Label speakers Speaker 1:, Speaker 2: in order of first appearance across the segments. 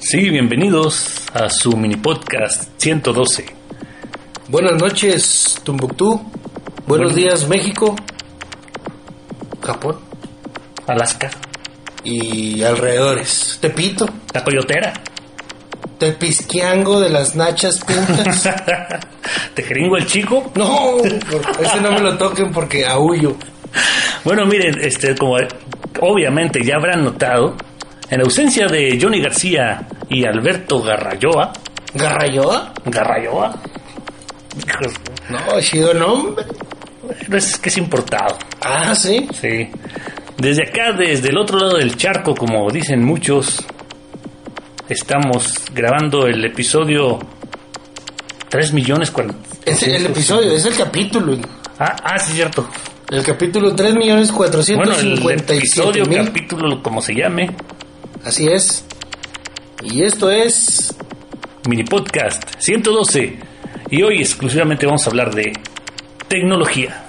Speaker 1: Sí, bienvenidos a su mini podcast 112.
Speaker 2: Buenas noches, Tumbuctú.
Speaker 1: Bueno.
Speaker 2: Buenos días, México. Japón.
Speaker 1: Alaska,
Speaker 2: Y alrededores. Tepito.
Speaker 1: la coyotera,
Speaker 2: Tepisquiango de las nachas pintas.
Speaker 1: Tejeringo el chico.
Speaker 2: no, por- ese no me lo toquen porque aullo.
Speaker 1: Bueno, miren, este, como obviamente ya habrán notado, en ausencia de Johnny García y Alberto Garrayoa,
Speaker 2: ¿Garrayoa?
Speaker 1: Garrayoa, hijos,
Speaker 2: No, chido nombre.
Speaker 1: no es que es importado,
Speaker 2: Ah, sí.
Speaker 1: sí. Desde acá, desde el otro lado del charco, como dicen muchos, estamos grabando el episodio 3 millones
Speaker 2: Es el, el episodio, es el capítulo.
Speaker 1: Ah, ah, sí, cierto.
Speaker 2: El capítulo 3 millones
Speaker 1: Bueno, el episodio,
Speaker 2: mil.
Speaker 1: capítulo, como se llame,
Speaker 2: Así es. Y esto es...
Speaker 1: mini podcast 112. Y hoy exclusivamente vamos a hablar de tecnología.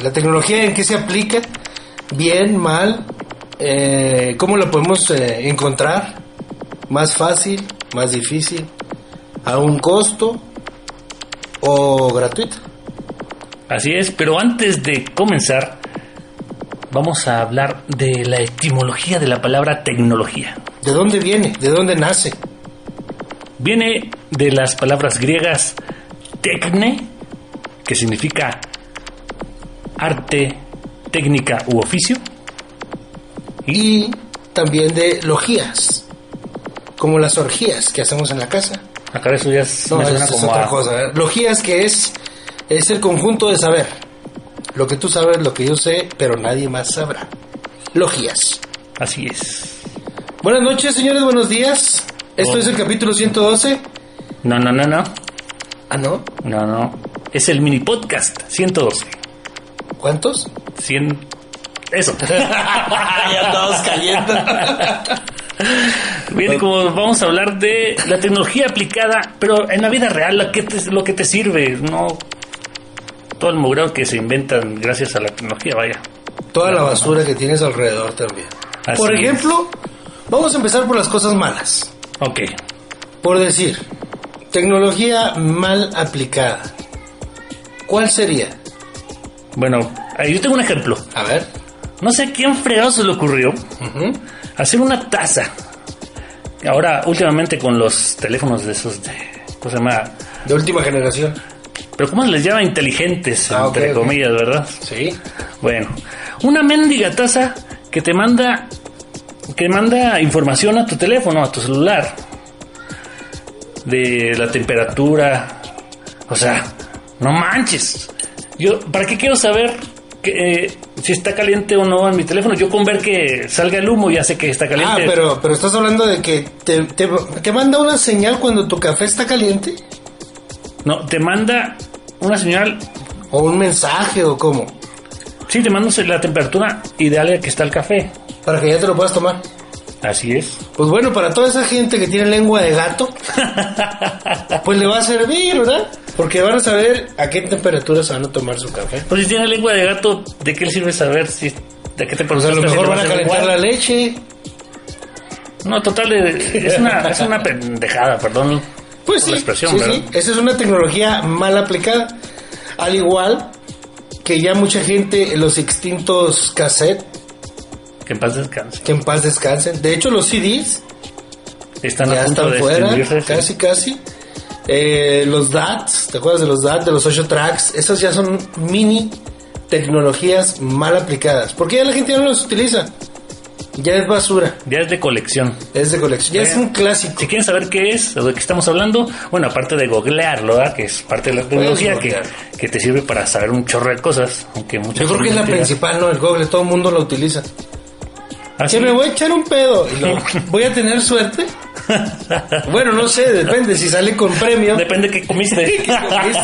Speaker 2: La tecnología en qué se aplica, bien, mal, eh, cómo la podemos eh, encontrar, más fácil, más difícil, a un costo o gratuita.
Speaker 1: Así es, pero antes de comenzar, vamos a hablar de la etimología de la palabra tecnología.
Speaker 2: ¿De dónde viene? ¿De dónde nace?
Speaker 1: Viene de las palabras griegas tecne, que significa arte, técnica u oficio,
Speaker 2: Y también de logías, como las orgías que hacemos en la casa.
Speaker 1: Acá eso ya es,
Speaker 2: No,
Speaker 1: me
Speaker 2: eso
Speaker 1: suena
Speaker 2: es
Speaker 1: como
Speaker 2: otra
Speaker 1: a-
Speaker 2: cosa. ¿eh? Logías que es, es el conjunto de saber. Lo que tú sabes, lo que yo sé, pero nadie más sabrá. Logías.
Speaker 1: Así es.
Speaker 2: Buenas noches, señores, buenos días. Esto
Speaker 1: Oh.
Speaker 2: es el capítulo 112.
Speaker 1: No, no, no, no.
Speaker 2: Ah, no.
Speaker 1: No, no. Es el mini podcast 112.
Speaker 2: ¿Cuántos?
Speaker 1: 100. Eso.
Speaker 2: Ah, ya todos calientes.
Speaker 1: Bien, como vamos a hablar de la tecnología aplicada, pero en la vida real, lo que te, lo que te sirve, no todo el mugrado que se inventan gracias a la tecnología, vaya.
Speaker 2: Toda la basura que tienes alrededor también.
Speaker 1: Así
Speaker 2: por
Speaker 1: es.
Speaker 2: ejemplo, vamos a empezar por las cosas malas.
Speaker 1: Ok.
Speaker 2: Por decir, tecnología mal aplicada. ¿Cuál sería?
Speaker 1: Bueno, ahí yo tengo un ejemplo.
Speaker 2: A ver.
Speaker 1: No sé a quién fregado se le ocurrió
Speaker 2: Ujú.
Speaker 1: hacer una taza Ahora, últimamente con los teléfonos de esos, de, ¿cómo se llama?
Speaker 2: De última generación.
Speaker 1: Pero ¿cómo les llama? Inteligentes,
Speaker 2: Ah, ok,
Speaker 1: entre
Speaker 2: ok.
Speaker 1: comillas, ¿verdad?
Speaker 2: Sí.
Speaker 1: Bueno, una mendiga taza que te manda que manda información a tu teléfono, a tu celular de la temperatura, o sea, no manches. Yo, ¿para qué quiero saber que, eh, si está caliente o no en mi teléfono? Yo con ver que salga el humo ya sé que está
Speaker 2: Ah,
Speaker 1: caliente.
Speaker 2: pero, pero estás hablando de que te, te, te manda una señal cuando tu café está caliente.
Speaker 1: No, te manda una señal,
Speaker 2: O un mensaje o cómo.
Speaker 1: sí, te manda la temperatura ideal a que está el café.
Speaker 2: Para que ya te lo puedas tomar.
Speaker 1: Así es.
Speaker 2: Pues bueno, para toda esa gente que tiene lengua de gato, pues le va a servir, ¿verdad? Porque van a saber a qué temperatura se van a tomar su café.
Speaker 1: Pues si tiene lengua de gato, ¿de qué le sirve saber si de qué te
Speaker 2: Pues a lo mejor van a calentar la leche.
Speaker 1: No, total, eh, es una, es una pendejada, perdón. por
Speaker 2: Pues sí,
Speaker 1: la expresión,
Speaker 2: sí,
Speaker 1: ¿verdad?
Speaker 2: sí. Esa es una tecnología mal aplicada. Al igual que ya mucha gente, los extintos cassette,
Speaker 1: Que en paz descanse.
Speaker 2: que en paz descansen. De hecho, los CDs
Speaker 1: Están
Speaker 2: ya
Speaker 1: a punto
Speaker 2: están
Speaker 1: de
Speaker 2: fuera,
Speaker 1: extinguirse, sí.
Speaker 2: casi, casi. Eh, los DATs, ¿te acuerdas de los DATs, de los 8 tracks? Esas ya son mini tecnologías mal aplicadas. Porque ya la gente ya no las utiliza. Ya es basura,
Speaker 1: Ya es de colección.
Speaker 2: es de colección, ya es un clásico.
Speaker 1: Si quieren saber qué es, o de qué estamos hablando, bueno, aparte de googlearlo, ¿verdad? que es parte de la tecnología que,
Speaker 2: googlear.
Speaker 1: que te sirve para saber un chorro de cosas, aunque muchas
Speaker 2: Yo creo que es la principal, ¿no? El Google, todo el mundo lo utiliza.
Speaker 1: Así Ah,
Speaker 2: Que me voy a echar un pedo y lo- voy a tener suerte. Bueno, no sé, depende. Si sale con premio,
Speaker 1: Depende de qué comiste.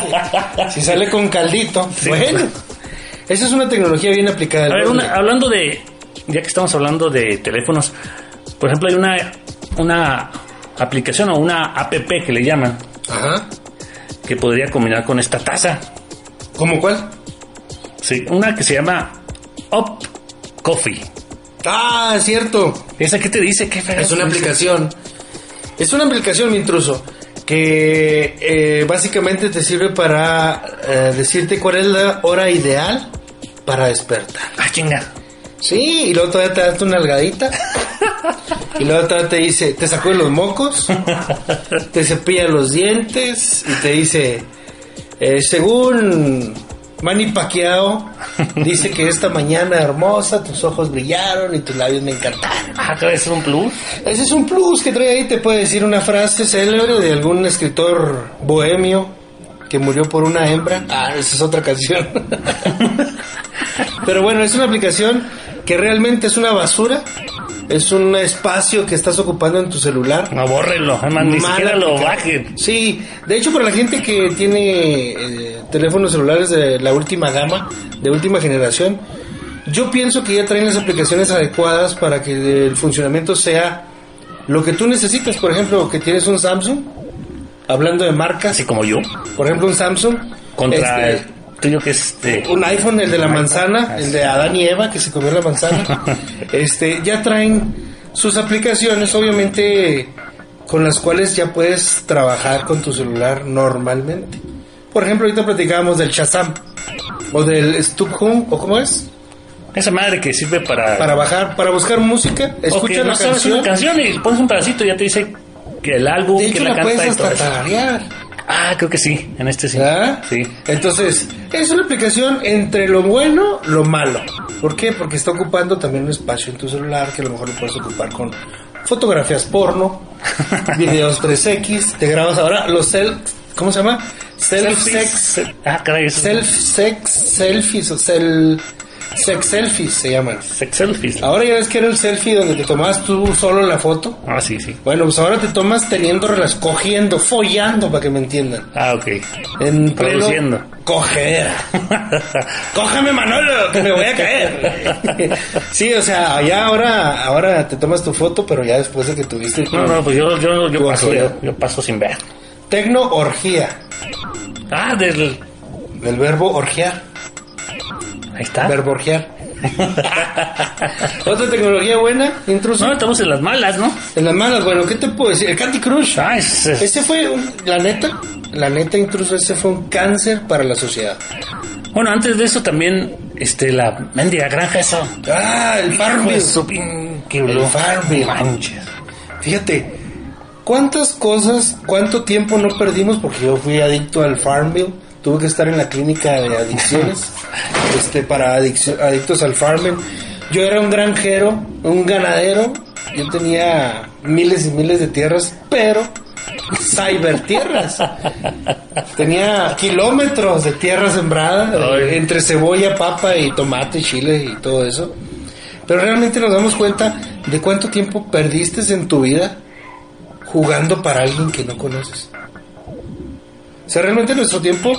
Speaker 2: si sale con caldito, bueno. Esa es una tecnología bien aplicada.
Speaker 1: A
Speaker 2: al
Speaker 1: ver,
Speaker 2: Google.
Speaker 1: una- hablando de. Ya que estamos hablando de teléfonos, por ejemplo, hay una, una aplicación o una app que le llaman
Speaker 2: Ajá.
Speaker 1: que podría combinar con esta taza.
Speaker 2: ¿Cómo cuál?
Speaker 1: Sí, una que se llama Up Coffee.
Speaker 2: Ah, es cierto.
Speaker 1: ¿Esa qué te dice? ¿Qué fregado
Speaker 2: Es una
Speaker 1: te dice?
Speaker 2: aplicación. Es una aplicación, mi intruso, que eh, básicamente te sirve para eh, decirte cuál es la hora ideal para despertar.
Speaker 1: Ah, chinga.
Speaker 2: Sí, y luego todavía te das una algadita. Y luego todavía te dice, te sacude los mocos, te cepilla los dientes y te dice, eh, según Manny Pacquiao, dice que esta mañana hermosa tus ojos brillaron y tus labios me encantaron.
Speaker 1: Ah, acaba de ser un plus.
Speaker 2: Ese es un plus que trae ahí, te puede decir una frase célebre de algún escritor bohemio que murió por una hembra. Ah, esa es otra canción. Pero bueno, es una aplicación que realmente es una basura, es un espacio que estás ocupando en tu celular.
Speaker 1: No, bórrenlo. Además, ni
Speaker 2: Mal
Speaker 1: siquiera lo
Speaker 2: aplicado.
Speaker 1: bajen.
Speaker 2: Sí, de hecho para la gente que tiene eh, teléfonos celulares de la última gama, de última generación, yo pienso que ya traen las aplicaciones adecuadas para que el funcionamiento sea lo que tú necesitas. Por ejemplo, que tienes un Samsung, hablando de marcas,
Speaker 1: Así como yo.
Speaker 2: por ejemplo un Samsung
Speaker 1: Contra
Speaker 2: este,
Speaker 1: el tuyo que es este.
Speaker 2: un iPhone, el de la manzana, el de Adán y Eva que se comió la manzana, este, ya traen sus aplicaciones, obviamente, con las cuales ya puedes trabajar con tu celular normalmente. Por ejemplo, ahorita platicábamos del Shazam o del Stub Home o cómo es
Speaker 1: Esa madre que sirve para.
Speaker 2: para bajar, para buscar música,
Speaker 1: o que
Speaker 2: escucha
Speaker 1: no
Speaker 2: la
Speaker 1: sabes
Speaker 2: canción.
Speaker 1: una canción y pones un pedacito y ya te dice que el álbum,
Speaker 2: De
Speaker 1: que
Speaker 2: hecho,
Speaker 1: la,
Speaker 2: la,
Speaker 1: canta
Speaker 2: puedes
Speaker 1: y todo
Speaker 2: hasta
Speaker 1: eso.
Speaker 2: tararear.
Speaker 1: Ah, creo que sí. En este sí.
Speaker 2: ¿verdad?
Speaker 1: Sí.
Speaker 2: ¿Ah? Entonces, es una aplicación entre lo bueno, lo malo. ¿Por qué? Porque está ocupando también un espacio en tu celular que a lo mejor lo puedes ocupar con fotografías porno, videos 3X, te grabas ahora los self, ¿cómo se llama? Self sex,
Speaker 1: Selfies. Ah, caray. eso-
Speaker 2: self sex selfies o sel- sex selfies se llaman.
Speaker 1: Sex selfies.
Speaker 2: Ahora ya ves que era el selfie donde te tomabas tú solo la foto.
Speaker 1: Ah, sí, sí.
Speaker 2: Bueno, pues ahora te tomas teniendo relaciones, cogiendo, follando, para que me entiendan.
Speaker 1: Ah, ok.
Speaker 2: En pleno
Speaker 1: Produciendo.
Speaker 2: coger. Cógeme Manolo, que me voy a caer. sí, o sea, ya ahora, ahora te tomas tu foto, pero ya después de que tuviste tu
Speaker 1: No, no, pues yo, yo, yo
Speaker 2: Tú
Speaker 1: paso,
Speaker 2: afuera.
Speaker 1: yo, yo paso sin ver.
Speaker 2: tecno orgía,
Speaker 1: Ah, del.
Speaker 2: del verbo orgear,
Speaker 1: Ahí está.
Speaker 2: verbo orgear. Otra tecnología buena, intruso.
Speaker 1: No, estamos en las malas, ¿no?
Speaker 2: En las manos, bueno, ¿qué te puedo decir? El Candy Crush.
Speaker 1: Ah, es- es-
Speaker 2: Ese fue, un- la neta, la neta, intruso, ese fue un cáncer para la sociedad.
Speaker 1: Bueno, antes de eso también, este, la mendiga granja, eso.
Speaker 2: Ah, el Farmville.
Speaker 1: Eso, pin- que
Speaker 2: El
Speaker 1: lo-
Speaker 2: Farmville.
Speaker 1: Manches.
Speaker 2: Fíjate, ¿Cuántas cosas, cuánto tiempo no perdimos? Porque yo fui adicto al Farmville. Tuve que estar en la clínica de adicciones este, para adiccio- adictos al Farmville. Yo era un granjero, un ganadero. Yo tenía miles y miles de tierras, pero cybertierras. Tenía kilómetros de tierra sembrada eh,
Speaker 1: Ay.
Speaker 2: entre cebolla, papa y tomate, chile y todo eso. Pero realmente nos damos cuenta de cuánto tiempo perdiste en tu vida jugando para alguien que no conoces. O sea, realmente nuestro tiempo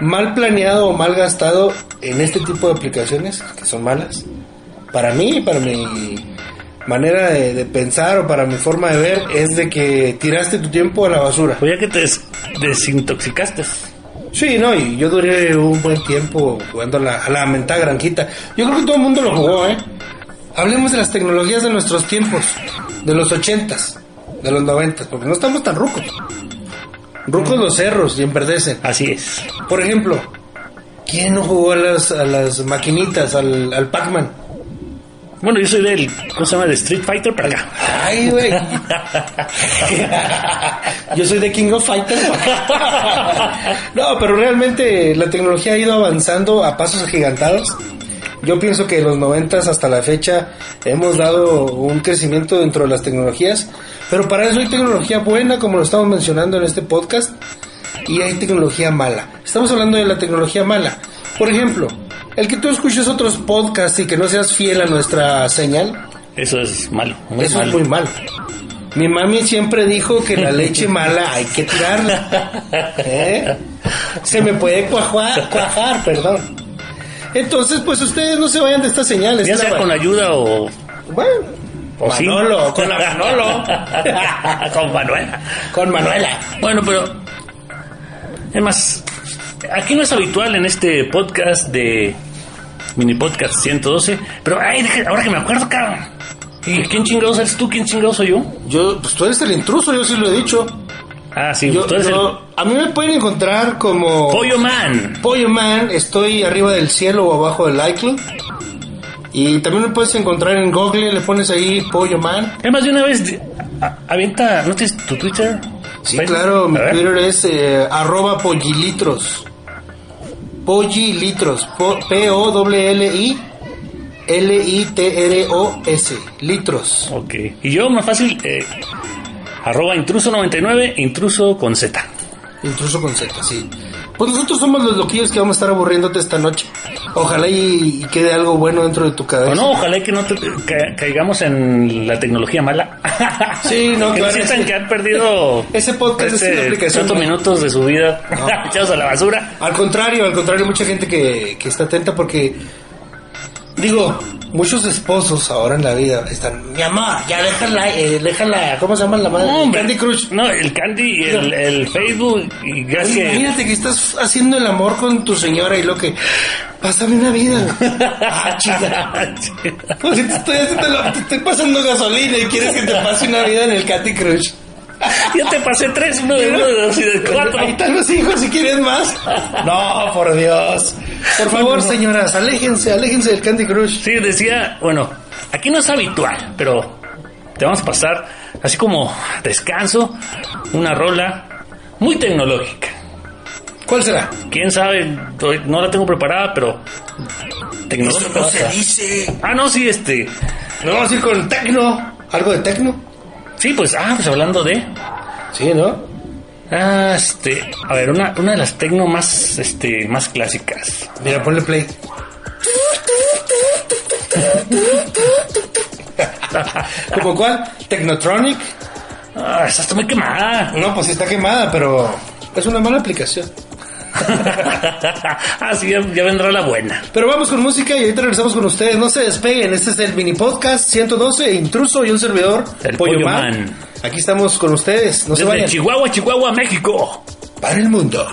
Speaker 2: mal planeado o mal gastado en este tipo de aplicaciones, que son malas, para mí, para mi manera de, de pensar o para mi forma de ver, es de que tiraste tu tiempo a la basura.
Speaker 1: Pues ya que te des- desintoxicaste.
Speaker 2: Sí, no, y yo duré un buen tiempo jugando a la, a la mentada granjita. Yo creo que todo el mundo lo jugó, ¿eh? Hablemos de las tecnologías de nuestros tiempos, de los ochentas, de los noventas, porque no estamos tan rucos. Rucos los cerros y enverdecen.
Speaker 1: Así es.
Speaker 2: Por ejemplo, ¿quién no jugó a las, a las maquinitas, al, al Pac-Man?
Speaker 1: Bueno, yo soy del, ¿cómo se llama? De Street Fighter para acá.
Speaker 2: Ay, güey. Yo soy de King of Fighters. No, pero realmente la tecnología ha ido avanzando a pasos agigantados. Yo pienso que de los noventas hasta la fecha hemos dado un crecimiento dentro de las tecnologías, pero para eso hay tecnología buena, como lo estamos mencionando en este podcast, y hay tecnología mala. Estamos hablando de la tecnología mala. Por ejemplo, el que tú escuches otros podcasts y que no seas fiel a nuestra señal,
Speaker 1: Eso es malo. Muy
Speaker 2: eso
Speaker 1: malo.
Speaker 2: es muy malo. Mi mami siempre dijo que la leche mala hay que tirarla. ¿Eh? Se me puede cuajar, cuajar, perdón. Entonces, pues ustedes no se vayan de estas señales.
Speaker 1: ya sea
Speaker 2: claro.
Speaker 1: con ayuda o...
Speaker 2: Bueno,
Speaker 1: o sin.
Speaker 2: Manolo, con la Manolo,
Speaker 1: con Manuela.
Speaker 2: con Manuela.
Speaker 1: Bueno, pero. Es más, aquí no es habitual en este podcast de. Mini Podcast 112. Pero, ay, deja- ahora que me acuerdo, cabrón. ¿Y quién chingados eres tú? ¿Quién chingados soy yo?
Speaker 2: Yo, pues tú eres el intruso, yo sí lo he dicho.
Speaker 1: Ah, sí,
Speaker 2: Yo,
Speaker 1: tú eres
Speaker 2: yo- A mí me pueden encontrar como
Speaker 1: el Pollo Man.
Speaker 2: Pollo Man, estoy arriba del cielo o abajo del iCloud. Y también me puedes encontrar en Google, le pones ahí Pollo Man.
Speaker 1: Es más, de una vez. di- a- avienta. ¿No tienes tu Twitter?
Speaker 2: Sí,
Speaker 1: Facebook?
Speaker 2: claro, mi
Speaker 1: A ver.
Speaker 2: Twitter es eh, arroba pollilitros. Pollilitros. po- P-O-L-L-I-L-I-T-R-O-S. Litros.
Speaker 1: Ok. Y yo, más fácil. eh, arroba intruso99, intruso con Z.
Speaker 2: Intruso con Z, sí. Pues nosotros somos los loquillos que vamos a estar aburriéndote esta noche. Ojalá y, y quede algo bueno dentro de tu cabeza.
Speaker 1: O no, ojalá que no te- ca- caigamos en la tecnología mala.
Speaker 2: Sí, no,
Speaker 1: que
Speaker 2: claro.
Speaker 1: sientan que han perdido
Speaker 2: Ese podcast es una aplicación,
Speaker 1: cuatro
Speaker 2: ¿no?
Speaker 1: minutos de su vida
Speaker 2: No.
Speaker 1: echados a la basura.
Speaker 2: Al contrario, al contrario, mucha gente que, que está atenta porque, digo, muchos esposos ahora en la vida están, mi amor, ya déjala, eh, déjala, ¿cómo se llama la madre?
Speaker 1: No, hombre.
Speaker 2: Candy Crush.
Speaker 1: No, el Candy y el, el Facebook. Y
Speaker 2: Oye,
Speaker 1: gracias que.
Speaker 2: Imagínate que estás haciendo el amor con tu señora y lo que, pásame una vida. ah, chica. Pues si te estoy, haciendo la- te estoy pasando gasolina y quieres que te pase una vida en el Candy Crush.
Speaker 1: Yo te pasé tres, uno de uno, de dos y de cuatro.
Speaker 2: Ahí están los hijos si quieren más. No, por Dios. Por favor, señoras, aléjense, aléjense del Candy Crush.
Speaker 1: Sí, decía, bueno, aquí no es habitual, pero te vamos a pasar, así como descanso, una rola muy tecnológica.
Speaker 2: ¿Cuál será?
Speaker 1: Quién sabe, Hoy no la tengo preparada, pero. Tecnológica.
Speaker 2: dice.
Speaker 1: Ah, no, sí, este.
Speaker 2: Nos vamos a ir con tecno. ¿Algo de tecno?
Speaker 1: Sí, pues, ah, pues hablando de.
Speaker 2: Sí, ¿no?
Speaker 1: Ah, este. A ver, una, una de las tecno más, este, más clásicas.
Speaker 2: Mira, ponle play. ¿Como cuál? Technotronic.
Speaker 1: Ah, esa está muy quemada.
Speaker 2: No, pues está quemada, pero es una mala aplicación.
Speaker 1: ah, sí, ya, ya vendrá la buena.
Speaker 2: Pero vamos con música y ahorita regresamos con ustedes. No se despeguen. Este es el mini podcast 112, intruso y un servidor.
Speaker 1: El Pollo Man.
Speaker 2: Aquí estamos con ustedes. No se
Speaker 1: Desde
Speaker 2: vayan.
Speaker 1: Chihuahua, Chihuahua, México.
Speaker 2: Para el mundo.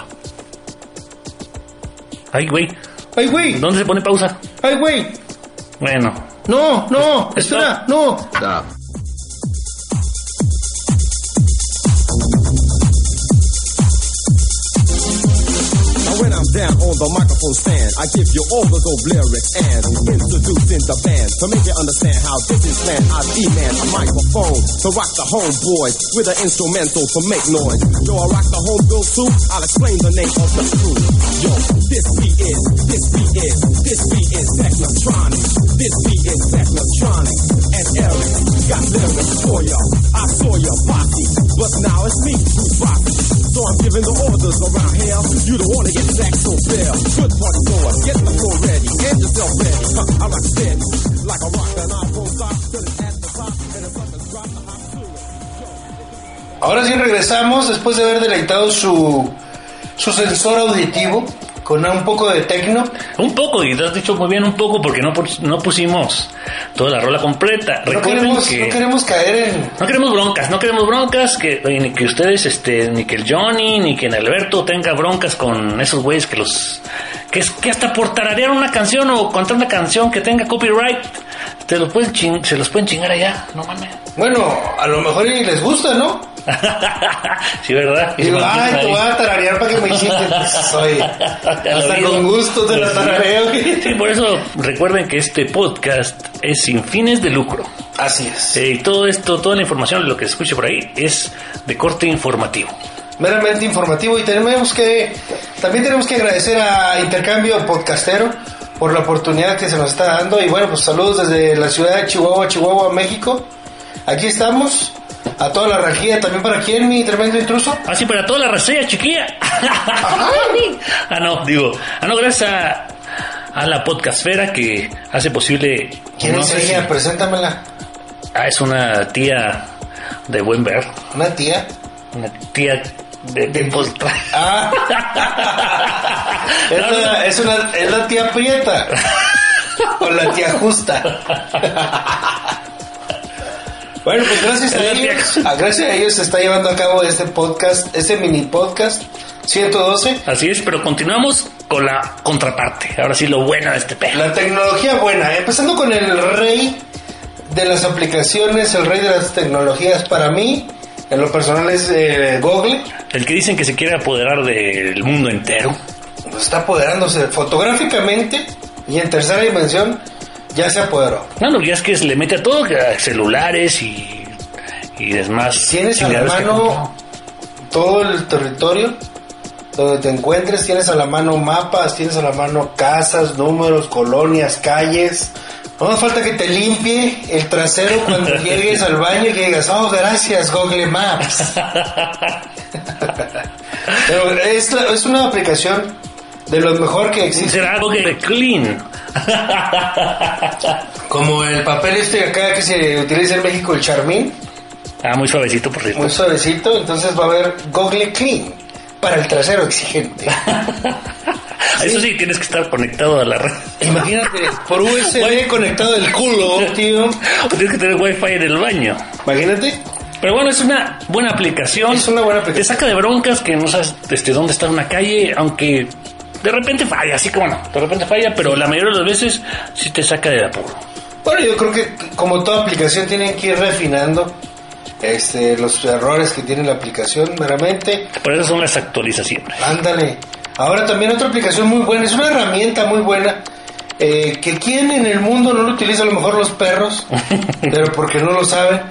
Speaker 1: Ay, güey.
Speaker 2: Ay, güey.
Speaker 1: ¿Dónde se pone pausa?
Speaker 2: Ay, güey.
Speaker 1: Bueno,
Speaker 2: No, no.
Speaker 1: Stop.
Speaker 2: Espera, no.
Speaker 3: Now when I'm down on the microphone stand. I give you all the dope lyrics and introducing the band to make you understand how this is planned. I demand a microphone to rock the homeboys with an instrumental to make noise. Yo, I rock the home girl too. I'll explain the name of the crew. Yo, this beat is, this beat is, this beat is technotronic. This beat is technotronic. And Eric got lyrics for ya. I saw ya posse, but now it's me who's rocking. So I'm giving the orders around here. You don't wanna get sacked so fair. Good party going, get the floor ready, and yourself ready. Huh, I rock steady, like a rock that I won't stop till it's at the top and the suckers drop the hot to it.
Speaker 2: Ahora sí regresamos después de haber deleitado su, su sensor auditivo con un poco de tecno.
Speaker 1: Un poco, y te has dicho muy bien un poco porque no, pus- no pusimos toda la rola completa.
Speaker 2: No
Speaker 1: Recuerden
Speaker 2: queremos,
Speaker 1: que...
Speaker 2: no queremos caer en...
Speaker 1: No queremos broncas, no queremos broncas, que oye, ni que ustedes, este, ni que el Johnny, ni que el Alberto tenga broncas con esos güeyes que los, que, es- que hasta por tararear una canción o contar una canción que tenga copyright, te lo pueden chin- se los pueden chingar allá, no mames.
Speaker 2: Bueno, a lo mejor y les gusta, ¿no?
Speaker 1: sí, verdad. Y se
Speaker 2: Digo,
Speaker 1: mantienen
Speaker 2: ay, te
Speaker 1: ahí.
Speaker 2: voy a tararear para que me hiciste. Soy.
Speaker 1: Al
Speaker 2: Hasta
Speaker 1: oído.
Speaker 2: con gusto te la tarareo.
Speaker 1: Sí, por eso recuerden que este podcast es sin fines de lucro.
Speaker 2: Así es.
Speaker 1: Eh, Y todo esto, toda la información, lo que se escuche por ahí, es de corte informativo.
Speaker 2: Meramente informativo y tenemos que también tenemos que agradecer a Intercambio Podcastero por la oportunidad que se nos está dando y bueno, pues saludos desde la ciudad de Chihuahua, Chihuahua, México. Aquí estamos a toda la rajía, también para quien mi tremendo intruso.
Speaker 1: Así para toda la reseña, chiquilla. ah, no, digo. Ah, no, gracias a, a la podcastfera que hace posible.
Speaker 2: ¿Quién Pues-
Speaker 1: no
Speaker 2: es
Speaker 1: sé
Speaker 2: ella? Preséntamela.
Speaker 1: si- Ah, es una tía de buen ver.
Speaker 2: Una tía.
Speaker 1: Una tía de, pues, de postra.
Speaker 2: Ah. es, la, es una- es la tía prieta. o la tía justa. bueno, pues gracias a
Speaker 1: Es la tía
Speaker 2: ellos. a- gracias a ellos se está llevando a cabo este podcast, este mini podcast 112.
Speaker 1: Así es, pero continuamos con la contraparte. Ahora sí, lo bueno de este pedo.
Speaker 2: La tecnología buena, empezando con el rey de las aplicaciones, el rey de las tecnologías para mí, en lo personal es eh, Google.
Speaker 1: El que dicen que se quiere apoderar del mundo entero.
Speaker 2: Pues está apoderándose fotográficamente y en tercera dimensión ya se apoderó.
Speaker 1: No, no, ya es que se le mete a todo, que a celulares y, y demás.
Speaker 2: Tienes a la
Speaker 1: chingaderas que
Speaker 2: mano
Speaker 1: compró.
Speaker 2: todo el territorio donde te encuentres, tienes a la mano mapas, tienes a la mano casas, números, colonias, calles. No hace falta que te limpie el trasero cuando llegues al baño y que digas, oh, gracias Google Maps. Pero es, la- es una aplicación de lo mejor que existe.
Speaker 1: Será algo que clean.
Speaker 2: Como el papel este acá que se utiliza en México, el charmín,
Speaker 1: Ah, muy suavecito, por cierto.
Speaker 2: muy suavecito, entonces va a haber Google Clean para el trasero exigente.
Speaker 1: Eso sí, tienes que estar conectado a la red.
Speaker 2: Imagínate, por USB conectado el culo, tío.
Speaker 1: Tienes que tener wifi en el baño.
Speaker 2: Imagínate.
Speaker 1: Pero bueno, es una buena aplicación.
Speaker 2: Es una buena aplicación.
Speaker 1: Te saca de broncas que no sabes desde dónde está una calle, aunque de repente falla, así como no, de repente falla, pero la mayoría de las veces sí te saca de apuro.
Speaker 2: Bueno, yo creo que como toda aplicación tienen que ir refinando este, los errores que tiene la aplicación meramente.
Speaker 1: Por eso son las actualizaciones.
Speaker 2: Ándale. Ahora también otra aplicación muy buena, es una herramienta muy buena. eh, que quien en el mundo no lo utiliza, a lo mejor los perros, pero porque no lo saben.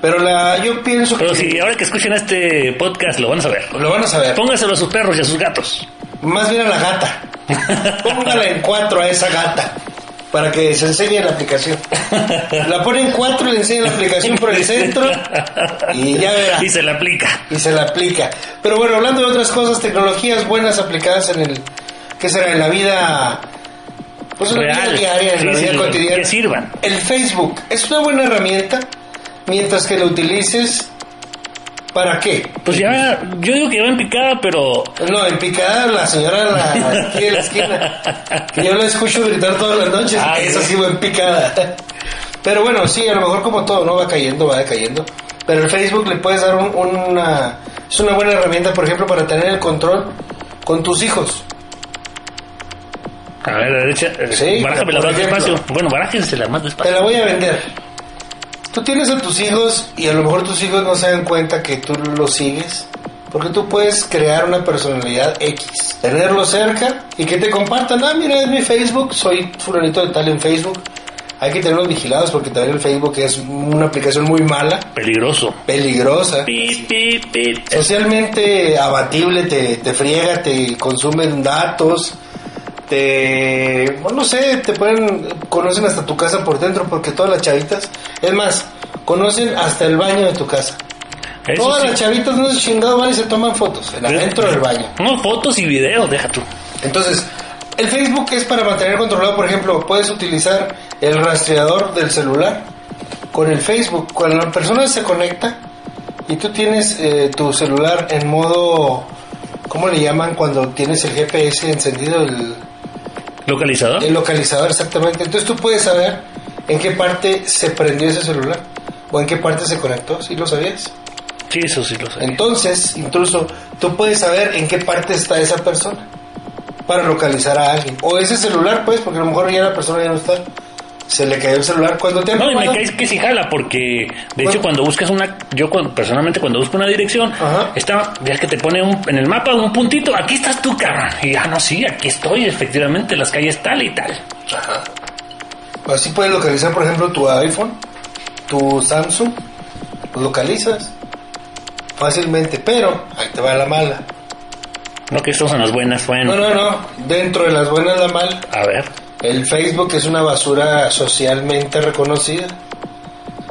Speaker 2: Pero la, yo pienso
Speaker 1: Pero
Speaker 2: que
Speaker 1: si ahora que escuchen este podcast lo van a saber.
Speaker 2: lo van a saber.
Speaker 1: Póngaselo a sus perros y a sus gatos.
Speaker 2: Más bien a la gata. Póngala en cuatro a esa gata. Para que se enseñe la aplicación. La pone en cuatro, le enseña la aplicación por el centro. Y ya verá.
Speaker 1: Y se le aplica.
Speaker 2: Y se la aplica. Pero bueno, hablando de otras cosas, tecnologías buenas aplicadas en el. ¿Qué será? En la vida. Pues en la vida
Speaker 1: Real.
Speaker 2: diaria, en
Speaker 1: Sí,
Speaker 2: la vida
Speaker 1: sí,
Speaker 2: cotidiana.
Speaker 1: que sirvan.
Speaker 2: El Facebook es una buena herramienta. Mientras que lo utilices. ¿Para qué?
Speaker 1: Pues ya, yo digo que va en picada, pero
Speaker 2: No, en picada la señora la, aquí de la esquina. Que yo la escucho gritar todas las noches.
Speaker 1: Ah,
Speaker 2: Esa
Speaker 1: sí.
Speaker 2: sí va en picada. Pero bueno, sí, a lo mejor como todo, ¿no? Va cayendo, va decayendo. Pero el Facebook le puedes dar un- una... Es una buena herramienta, por ejemplo, para tener el control con tus hijos.
Speaker 1: A ver, derecha. eh,
Speaker 2: Sí,
Speaker 1: barájamela
Speaker 2: por
Speaker 1: más
Speaker 2: ejemplo.
Speaker 1: despacio. Bueno, barájensela más
Speaker 2: Te
Speaker 1: despacio.
Speaker 2: la voy a vender. Tú tienes a tus hijos y a lo mejor tus hijos no se dan cuenta que tú los sigues. Porque tú puedes crear una personalidad X, tenerlo cerca y que te compartan, ah, mira, es mi Facebook, soy fulanito de tal en Facebook. Hay que tenerlos vigilados porque también el Facebook es una aplicación muy mala,
Speaker 1: Peligroso.
Speaker 2: peligrosa.
Speaker 1: Pi, pi, pi.
Speaker 2: socialmente abatible, te, te friega, te consumen datos, te... bueno, no sé, te pueden... conocen hasta tu casa por dentro porque todas las chavitas, es más, conocen hasta el baño de tu casa.
Speaker 1: Eso
Speaker 2: todas
Speaker 1: sí.
Speaker 2: las chavitas no se chingados van y se toman fotos, en adentro del baño.
Speaker 1: No, fotos y videos, deja tú.
Speaker 2: Entonces, el Facebook es para mantener controlado, por ejemplo, puedes utilizar el rastreador del celular con el Facebook. Cuando la persona se conecta y tú tienes eh, tu celular en modo, ¿cómo le llaman cuando tienes el GPS encendido, el,
Speaker 1: Localizador.
Speaker 2: el localizador exactamente? Entonces tú puedes saber en qué parte se prendió ese celular o en qué parte se conectó, si lo sabías.
Speaker 1: Sí, eso sí lo sé.
Speaker 2: Entonces, incluso tú puedes saber en qué parte está esa persona para localizar a alguien. O ese celular, pues, porque a lo mejor ya la persona ya no está. Se le cayó el celular. Cuando te han
Speaker 1: No, y me
Speaker 2: robado-
Speaker 1: caes que si jala, porque de hecho
Speaker 2: Bueno.
Speaker 1: cuando buscas una, yo cuando- personalmente cuando busco una dirección,
Speaker 2: Ajá.
Speaker 1: está, ya que te pone un- en el mapa un puntito, aquí estás tú, cabrón. Y ah, no, sí, aquí estoy, efectivamente, las calles tal y tal.
Speaker 2: Así puedes localizar, por ejemplo, tu iPhone, tu Samsung. Lo localizas fácilmente, pero ahí te va la mala.
Speaker 1: No que estas son las buenas, bueno.
Speaker 2: No, no, no. Dentro de las buenas, la mala.
Speaker 1: A ver,
Speaker 2: El Facebook es una basura socialmente reconocida.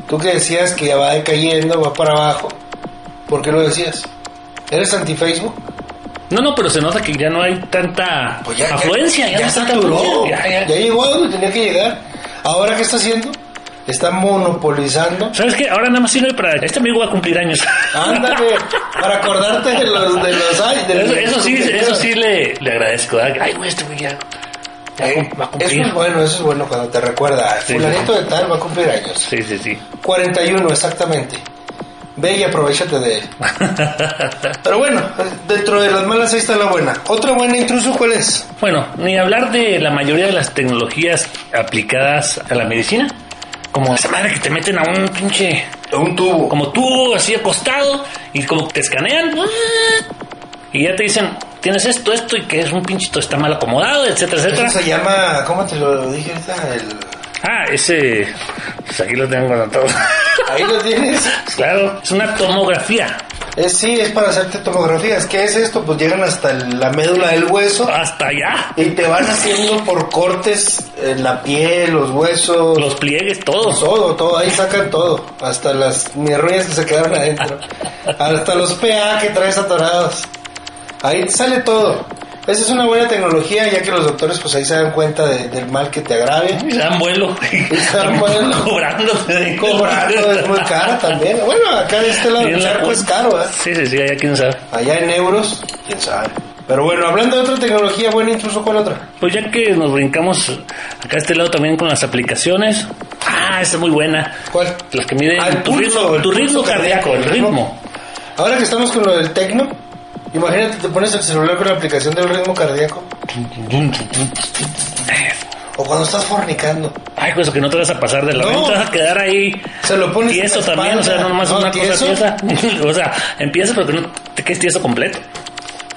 Speaker 2: Tú que decías que ya va decayendo, va para abajo. ¿Por qué lo decías? ¿Eres anti-Facebook?
Speaker 1: no, no, pero se nota que ya no hay tanta afluencia.
Speaker 2: Pues Ya,
Speaker 1: no hay tanta
Speaker 2: saturó.
Speaker 1: afluencia, ya,
Speaker 2: Ya,
Speaker 1: ya.
Speaker 2: llegó a donde tenía que llegar. Ahora, ¿qué está haciendo? Está monopolizando.
Speaker 1: ¿Sabes qué? Ahora nada más sirve para... Este amigo va a cumplir años.
Speaker 2: Ándale, para acordarte de los... De los, ay, de
Speaker 1: Eso,
Speaker 2: los-
Speaker 1: eso sí, eso sí le, le agradezco. ¿verdad? Ay, güey, este güey ya, ya
Speaker 2: Eh,
Speaker 1: va a
Speaker 2: eso
Speaker 1: cumplir.
Speaker 2: es bueno, eso es bueno cuando te recuerda.
Speaker 1: Sí,
Speaker 2: Fulanito de tal va a cumplir años.
Speaker 1: Sí, sí, sí.
Speaker 2: 41, exactamente. Ve y aprovechate de él. Pero bueno, dentro de las malas ahí está la buena. ¿Otra buena intruso cuál es?
Speaker 1: Bueno, ni hablar de la mayoría de las tecnologías aplicadas a la medicina. Como esa madre que te meten a un pinche...
Speaker 2: Un tubo.
Speaker 1: Como tú, así acostado, y como te escanean. Y ya te dicen, tienes esto, esto, y que es un pinchito, está mal acomodado, etcétera,
Speaker 2: Eso
Speaker 1: etcétera.
Speaker 2: se llama, ¿cómo te lo dije ahorita? El-
Speaker 1: Ah, ese... Pues aquí lo tengo anotado.
Speaker 2: Ahí lo tienes.
Speaker 1: claro, es una tomografía.
Speaker 2: Es, sí, es para hacerte tomografías. ¿Qué es esto? Pues llegan hasta la médula del hueso
Speaker 1: Hasta allá.
Speaker 2: y te van haciendo por cortes en la piel, los huesos,
Speaker 1: Los pliegues, todos.
Speaker 2: Pues Todo, todo, ahí sacan todo. Hasta las mierdas que se quedaron adentro. Hasta los PA que traes atorados. Ahí sale todo. Esa es una buena tecnología, ya que los doctores pues ahí se dan cuenta de- del mal que te agrave.
Speaker 1: Y Se dan vuelo.
Speaker 2: se dan vuelo.
Speaker 1: Cobrando.
Speaker 2: Cobrando es muy caro también. Bueno, acá de este lado
Speaker 1: Bien
Speaker 2: el
Speaker 1: la
Speaker 2: charco
Speaker 1: cu-
Speaker 2: es caro, ¿eh?
Speaker 1: Sí, sí, sí, allá quién sabe.
Speaker 2: Allá en euros, quién sabe. Pero bueno, hablando de otra tecnología buena, incluso con otra.
Speaker 1: Pues ya que nos brincamos acá a este lado también con las aplicaciones. Ah, esa es muy buena.
Speaker 2: ¿Cuál?
Speaker 1: Las que miden
Speaker 2: Ah, el
Speaker 1: tu
Speaker 2: pulso,
Speaker 1: ritmo,
Speaker 2: el
Speaker 1: tu
Speaker 2: pulso
Speaker 1: ritmo
Speaker 2: cardíaco,
Speaker 1: cardíaco, el
Speaker 2: el
Speaker 1: ritmo.
Speaker 2: Ahora que estamos con lo del tecno, imagínate, te pones el celular con la aplicación del ritmo cardíaco. O cuando estás fornicando.
Speaker 1: Ay, pues que no te vas a pasar de la
Speaker 2: No.
Speaker 1: venta, vas a quedar ahí.
Speaker 2: Se lo pones en
Speaker 1: Tieso
Speaker 2: la
Speaker 1: también, o sea,
Speaker 2: espalda.
Speaker 1: no nomás
Speaker 2: No,
Speaker 1: una
Speaker 2: tieso.
Speaker 1: cosa tiesa. o sea, empiezas pero que no te quedes tieso completo.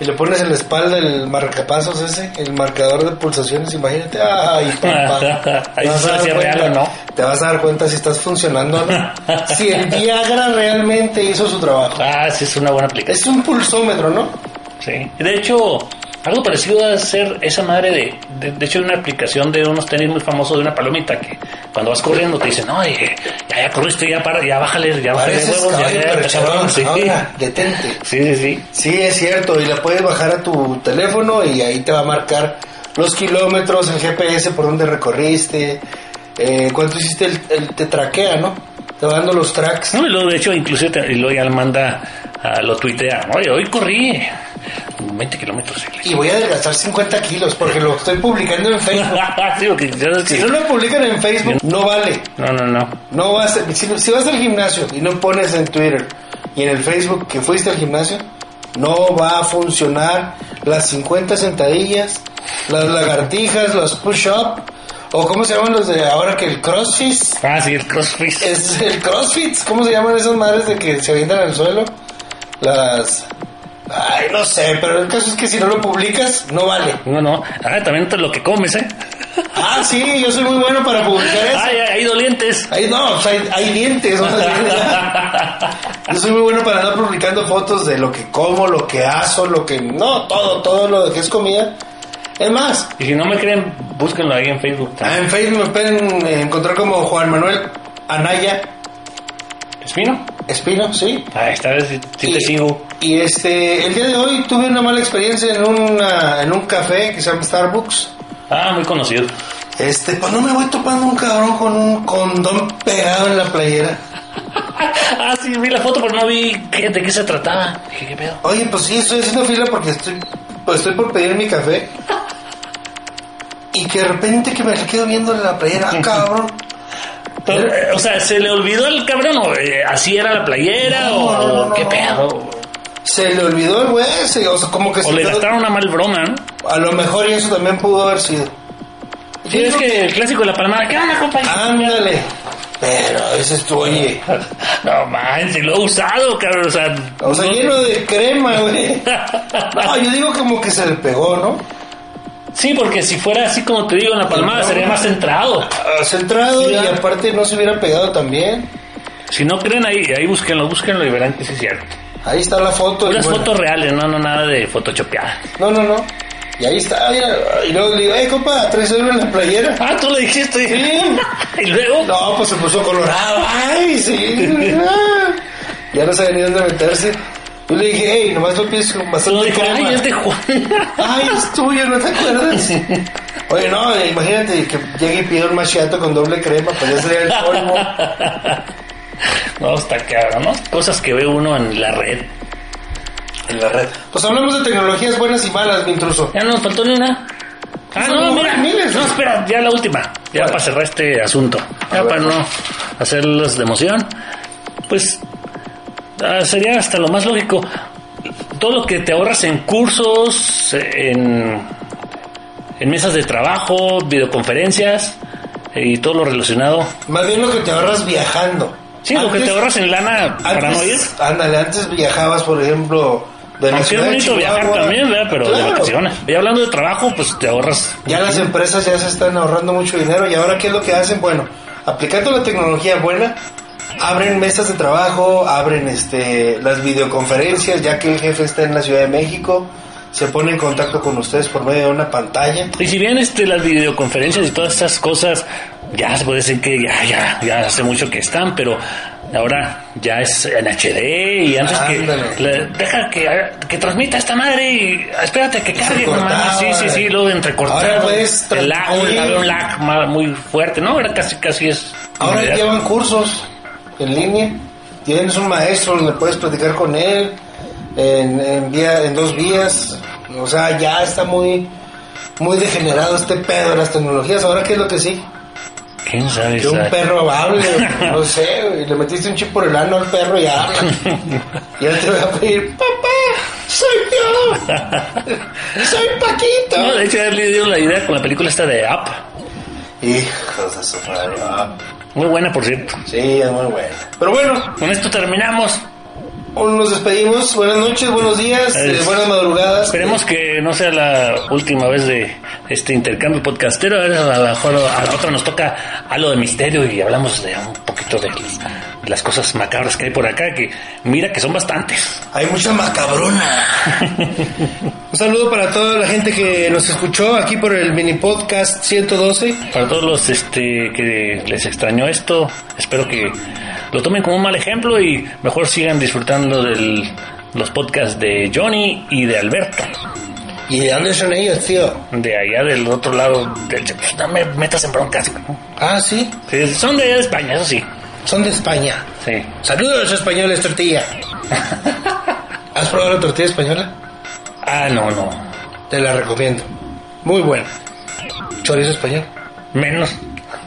Speaker 2: Y le pones en la espalda el marcapasos ese, el marcador de pulsaciones, imagínate, ay, papá.
Speaker 1: Ahí
Speaker 2: Te vas
Speaker 1: sí
Speaker 2: a
Speaker 1: se
Speaker 2: dar
Speaker 1: hace
Speaker 2: cuenta-
Speaker 1: real o no.
Speaker 2: Te vas a dar cuenta si estás funcionando o no. si el Viagra realmente hizo su trabajo.
Speaker 1: Ah, sí, es una buena aplicación.
Speaker 2: Es un pulsómetro, ¿no?
Speaker 1: Sí. De hecho, algo parecido a ser esa madre de, de, de hecho, hay una aplicación de unos tenis muy famosos de una palomita que cuando vas corriendo te dicen, no, eh, ya, ya corriste, ya para, ya bájale, ya bájale
Speaker 2: Pareces
Speaker 1: huevos, ya,
Speaker 2: caballo
Speaker 1: ya,
Speaker 2: percherón.
Speaker 1: cabrón, sí.
Speaker 2: Ahora, detente.
Speaker 1: sí, sí, sí.
Speaker 2: Sí, es cierto, y la puedes bajar a tu teléfono y ahí te va a marcar los kilómetros, el GPS, por dónde recorriste, eh, cuánto hiciste, el, el- te traquea, ¿no? Te va dando los tracks.
Speaker 1: No, y luego, de hecho, inclusive te- y luego ya le manda, ah, lo tuitea, oye, hoy corrí 20 kilómetros. sí, le-
Speaker 2: Y voy a adelgazar 50 kilos porque lo estoy publicando en Facebook.
Speaker 1: Sí, porque ya sabes
Speaker 2: Si
Speaker 1: que-
Speaker 2: no lo publican en Facebook, no vale.
Speaker 1: No, no, no.
Speaker 2: No vas, a- si, si vas al gimnasio y no pones en Twitter y en el Facebook que fuiste al gimnasio, no va a funcionar las 50 sentadillas, las lagartijas, los push-up, o cómo se llaman los de ahora que el crossfit,
Speaker 1: Ah, sí, el crossfit.
Speaker 2: es el crossfit, ¿cómo se llaman esas madres de que se avientan al suelo? Las Ay, no sé, pero el caso es que si no lo publicas, no vale.
Speaker 1: No, no. Ah, también lo que comes, ¿eh?
Speaker 2: Ah, sí, yo soy muy bueno para publicar eso.
Speaker 1: Ay, ay, hay dolientes.
Speaker 2: Ahí no, o sea, hay, hay dientes. ¿no? Yo soy muy bueno para andar publicando fotos de lo que como, lo que aso, lo que... No, todo, todo lo que es comida. Es más,
Speaker 1: Y si no me creen, búsquenlo ahí en Facebook.
Speaker 2: ah,
Speaker 1: también.
Speaker 2: en Facebook me pueden eh, encontrar como Juan Manuel Anaya
Speaker 1: ¿Espino?
Speaker 2: Espino, ¿sí?
Speaker 1: Ah, esta vez sí, sí te
Speaker 2: Y-
Speaker 1: sigo.
Speaker 2: Y este, el día de hoy tuve una mala experiencia en, una, en un café que se llama Starbucks.
Speaker 1: Ah, muy conocido.
Speaker 2: Este, pues no me voy topando un cabrón con un condón pegado en la playera.
Speaker 1: Ah, sí, vi la foto, pero no vi qué- de qué se trataba. Dije, ¿qué pedo?
Speaker 2: Oye, pues sí, estoy haciendo fila porque estoy, pues estoy por pedir mi café. Y que de repente que me quedo viendo la playera, ah, cabrón.
Speaker 1: Pero, eh, o sea, ¿se le olvidó al cabrón o eh, así era la playera
Speaker 2: No,
Speaker 1: o
Speaker 2: no, no,
Speaker 1: qué
Speaker 2: no.
Speaker 1: pedo?
Speaker 2: Se le olvidó el güey, se- o sea, como que
Speaker 1: O
Speaker 2: se
Speaker 1: le
Speaker 2: quedó-
Speaker 1: gastaron una mal broma, ¿no?
Speaker 2: A lo mejor y eso también pudo haber sido.
Speaker 1: Sí, es que el clásico de la palmada. ¿Qué onda, compa?
Speaker 2: Ah. Ándale. Pero ese es tu, oye.
Speaker 1: No manches, lo he usado, cabrón. O sea,
Speaker 2: O sea, lleno de crema, güey. No, yo digo como que se le pegó, ¿no?
Speaker 1: sí, porque si fuera así como te digo en la palmada,
Speaker 2: Pues
Speaker 1: sería más centrado.
Speaker 2: Ah, Centrado
Speaker 1: Sí,
Speaker 2: y
Speaker 1: ya.
Speaker 2: aparte no se hubiera pegado también.
Speaker 1: Si no creen ahí, ahí búsquenlo, búsquenlo y verán que sí es cierto.
Speaker 2: Ahí está la foto. y
Speaker 1: Unas
Speaker 2: bueno.
Speaker 1: fotos reales, no, no, nada de photoshopeada.
Speaker 2: No, no, no. Y ahí está, mira. Y luego le digo, hey, compa, traes algo en la playera.
Speaker 1: Ah, tú lo dijiste.
Speaker 2: Sí.
Speaker 1: y luego.
Speaker 2: No, pues se puso colorado. Ay, sí. Ah. ya no sabía ni dónde meterse. Yo le dije, hey, nomás lo pides con
Speaker 1: Solo
Speaker 2: bastante
Speaker 1: dije,
Speaker 2: crema.
Speaker 1: ay, es de Juan.
Speaker 2: Ay, es tuyo, ¿no te acuerdas? Oye, no, eh, imagínate que llegue y pida un machiato con doble crema, pues ya sería el colmo.
Speaker 1: no, está cabrón, ¿no? Cosas que ve uno en la red.
Speaker 2: En la red. Pues hablamos de tecnologías buenas y malas, mi intruso.
Speaker 1: Ya no nos faltó ni una. Ah,
Speaker 2: Son
Speaker 1: no,
Speaker 2: como
Speaker 1: mira.
Speaker 2: miles.
Speaker 1: No, espera, ya la última. Ya
Speaker 2: ¿Cuál?
Speaker 1: para cerrar este asunto. Ya
Speaker 2: ver,
Speaker 1: para
Speaker 2: pues.
Speaker 1: no hacerlas de emoción. Pues ah, sería hasta lo más lógico. Todo lo que te ahorras en cursos, en, en mesas de trabajo, videoconferencias eh, y todo lo relacionado.
Speaker 2: Más bien lo que te ahorras viajando.
Speaker 1: Sí, lo que te ahorras
Speaker 2: ahorras
Speaker 1: en lana para no ir.
Speaker 2: Antes, ándale, antes viajabas, por ejemplo, de la
Speaker 1: Aunque es
Speaker 2: ciudad de
Speaker 1: bonito
Speaker 2: Chihuahua.
Speaker 1: viajar también, ¿verdad? Pero de
Speaker 2: Claro.
Speaker 1: vacaciones. Y hablando de trabajo, pues te ahorras.
Speaker 2: Ya las empresas ya se están ahorrando mucho dinero y ahora qué es lo que hacen? Bueno, aplicando la tecnología buena, abren mesas de trabajo, abren este las videoconferencias, ya que el jefe está en la Ciudad de México, se pone en contacto con ustedes por medio de una pantalla.
Speaker 1: Y si bien este, las videoconferencias y todas esas cosas, ya se puede decir que ya, ya, ya hace mucho que están, pero ahora ya es en HD y antes
Speaker 2: Ándale.
Speaker 1: que la- deja que, que transmita esta madre y espérate que cargue,
Speaker 2: cortaba.
Speaker 1: nomás. Sí, sí, sí, luego entrecortado.
Speaker 2: eh. Ahora puedes
Speaker 1: el lag,
Speaker 2: transmitir.
Speaker 1: había un lag ma- muy fuerte, ¿no? Ahora casi, casi es.
Speaker 2: Ahora
Speaker 1: inmediato.
Speaker 2: llevan cursos en línea, tienes un maestro donde puedes platicar con él en, en, vía- en dos vías, o sea, ya está muy muy degenerado este pedo de las tecnologías. Ahora qué es lo que sí,
Speaker 1: ¿Quién sabe?
Speaker 2: que un
Speaker 1: sabe?
Speaker 2: perro hable, no sé, güey, le metiste un chip por el ano al perro y habla. Y él te va a pedir, papá, soy yo, soy
Speaker 1: No,
Speaker 2: Paquito.
Speaker 1: de hecho, ya le dieron la idea con la película esta de Up.
Speaker 2: Hijos de su madre, ah,
Speaker 1: Muy buena, por cierto.
Speaker 2: sí, es muy bueno. Pero bueno,
Speaker 1: Con esto terminamos.
Speaker 2: Bueno, Nos despedimos. Buenas noches, buenos días,
Speaker 1: Es-
Speaker 2: eh, buenas madrugadas.
Speaker 1: Esperemos que no sea la última vez de este intercambio podcastero. A lo mejor a la otra nos toca algo de misterio y hablamos de un poquito de las, de las cosas macabras que hay por acá, que mira que son bastantes.
Speaker 2: Hay mucha macabrona. Un saludo para toda la gente que nos escuchó aquí por el mini podcast 112.
Speaker 1: Para todos los este, que les extrañó esto, espero que lo tomen como un mal ejemplo y mejor sigan disfrutando de los podcasts de Johnny y de Alberto.
Speaker 2: ¿Y de dónde son ellos, tío?
Speaker 1: De allá del otro lado del... No me metas en broncas.
Speaker 2: Ah, sí,
Speaker 1: Sí, Son de allá de España, eso sí.
Speaker 2: son de España.
Speaker 1: Sí.
Speaker 2: Saludos españoles, tortilla. ¿Has probado la tortilla española?
Speaker 1: Ah, no, no.
Speaker 2: Te la recomiendo. Muy buena. Chorizo español.
Speaker 1: Menos.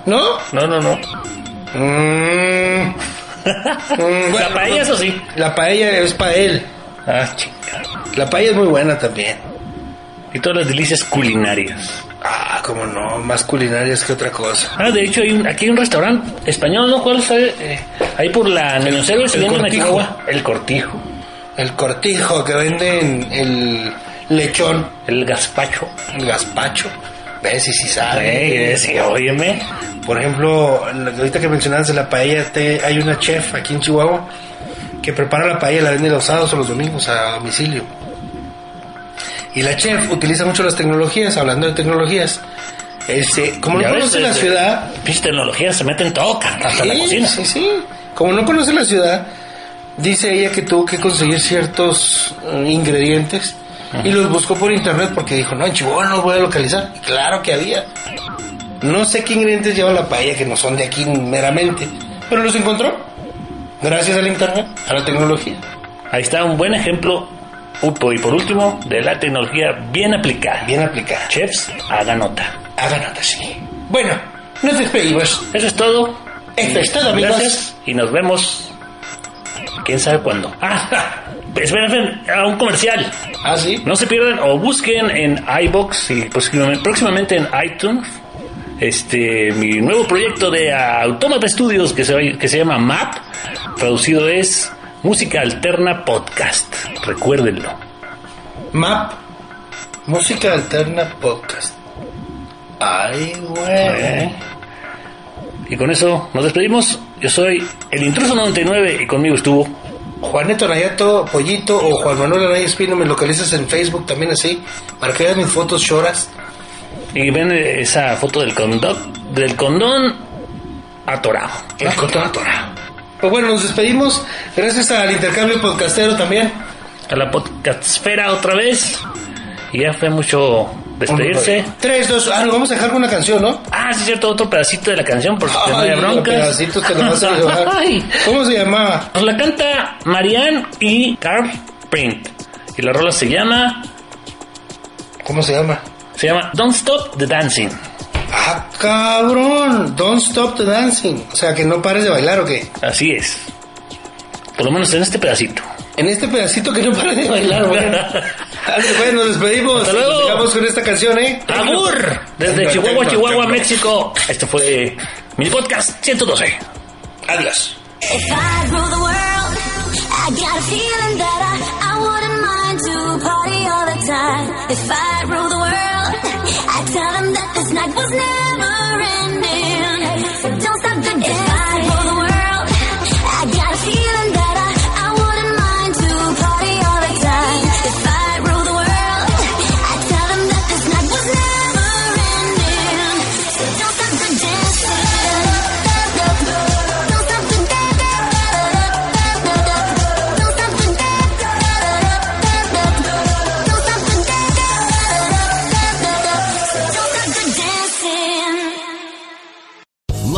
Speaker 2: ¿No?
Speaker 1: No, no, no.
Speaker 2: Mm. Mm,
Speaker 1: la
Speaker 2: bueno,
Speaker 1: paella, eso sí.
Speaker 2: la paella es para él.
Speaker 1: Ah, chingada.
Speaker 2: La paella es muy buena también.
Speaker 1: Y todas las delicias culinarias.
Speaker 2: Ah, como no, más culinarias que otra cosa.
Speaker 1: Ah, de hecho, hay un- aquí hay un restaurante español, ¿no? ¿Cuál sabe? Eh, ahí por la Neocero, siguiendo
Speaker 2: Cortijo.
Speaker 1: Chihuahua. El Cortijo.
Speaker 2: El cortijo que venden el lechón,
Speaker 1: El gazpacho.
Speaker 2: el gazpacho. Ves y si sabe.
Speaker 1: Ey, sí, óyeme.
Speaker 2: Por ejemplo, lo que ahorita que mencionaste la paella, te- hay una chef aquí en Chihuahua que prepara la paella, la vende los sábados o los domingos a domicilio. Y la chef utiliza mucho las tecnologías, hablando de tecnologías. Este, como no
Speaker 1: Ya ves,
Speaker 2: conoce la
Speaker 1: este,
Speaker 2: ciudad,
Speaker 1: Pinche tecnología se mete en todo, carnal, hasta la
Speaker 2: sí,
Speaker 1: cocina.
Speaker 2: sí, sí. Como no conoce la ciudad, dice ella que tuvo que conseguir ciertos eh, ingredientes y los buscó por internet porque dijo, no, en Chihuahua no los voy a localizar. Y claro que había. No sé qué ingredientes lleva la paella que no son de aquí meramente, pero los encontró gracias al internet, a la tecnología.
Speaker 1: Ahí está un buen ejemplo. Upo, Y por último, de la tecnología bien aplicada.
Speaker 2: Bien aplicada.
Speaker 1: Chefs, hagan nota.
Speaker 2: Hagan nota, sí. Bueno, nos despedimos.
Speaker 1: Eso es todo.
Speaker 2: Esto es todo, amigos.
Speaker 1: Gracias y nos vemos. ¿Quién sabe cuándo? Ah, ja. esperen, esperen, a un comercial.
Speaker 2: Ah, sí.
Speaker 1: No se pierdan o busquen en iBox y próximamente, próximamente en iTunes este mi nuevo proyecto de Automap Studios que se, va- que se llama MAP. Traducido es Música Alterna Podcast. Recuérdenlo.
Speaker 2: Map. Música alterna podcast. Ay, güey.
Speaker 1: ¿Eh? Y con eso nos despedimos. Yo soy el intruso 99 y conmigo estuvo.
Speaker 2: Juaneto Nayato, Pollito o Juan Manuel Anaya Espino, me localizas en Facebook también así, para que veas mis fotos choras.
Speaker 1: Y ven eh, esa foto del condón, del condón atorado.
Speaker 2: El condón atorado. Pues bueno, nos despedimos, gracias al intercambio podcastero también.
Speaker 1: A la podcastfera otra vez. Y ya fue mucho despedirse.
Speaker 2: Tres, dos, ah, nos vamos a dejar con una canción, ¿no?
Speaker 1: Ah, sí, es cierto, otro pedacito de la canción por si te no hay
Speaker 2: los
Speaker 1: broncas.
Speaker 2: pedacitos te lo vas a llevar.
Speaker 1: Ay.
Speaker 2: ¿Cómo se llamaba?
Speaker 1: Pues la canta Marianne y Carl Print. Y la rola se llama.
Speaker 2: ¿Cómo se llama?
Speaker 1: Se llama Don't Stop the Dancing.
Speaker 2: Ah, cabrón, Don't Stop the Dancing. O sea, que no pares de bailar o qué.
Speaker 1: Así es. Por lo menos en este pedacito.
Speaker 2: En este pedacito que no pares de bailar, bueno. Así pues, nos despedimos.
Speaker 1: Hasta luego.
Speaker 2: Nos dejamos con esta canción, ¿eh?
Speaker 1: ¡Agur! Desde
Speaker 2: Tecno,
Speaker 1: Chihuahua,
Speaker 2: tecno,
Speaker 1: Chihuahua,
Speaker 2: tecno.
Speaker 1: México. Esto fue eh, mi podcast 112.
Speaker 2: Adiós.
Speaker 4: If I rule the world, I got a feeling that I, I wouldn't mind to party all the time. If I rule the world, I tell them that this night was never ending. So don't stop the dance. If I rule the world, I got a feeling that I, I wouldn't mind to party all the time. If I rule the world, I tell them that this night was never ending. So don't stop the dancing. Don't stop the dancing.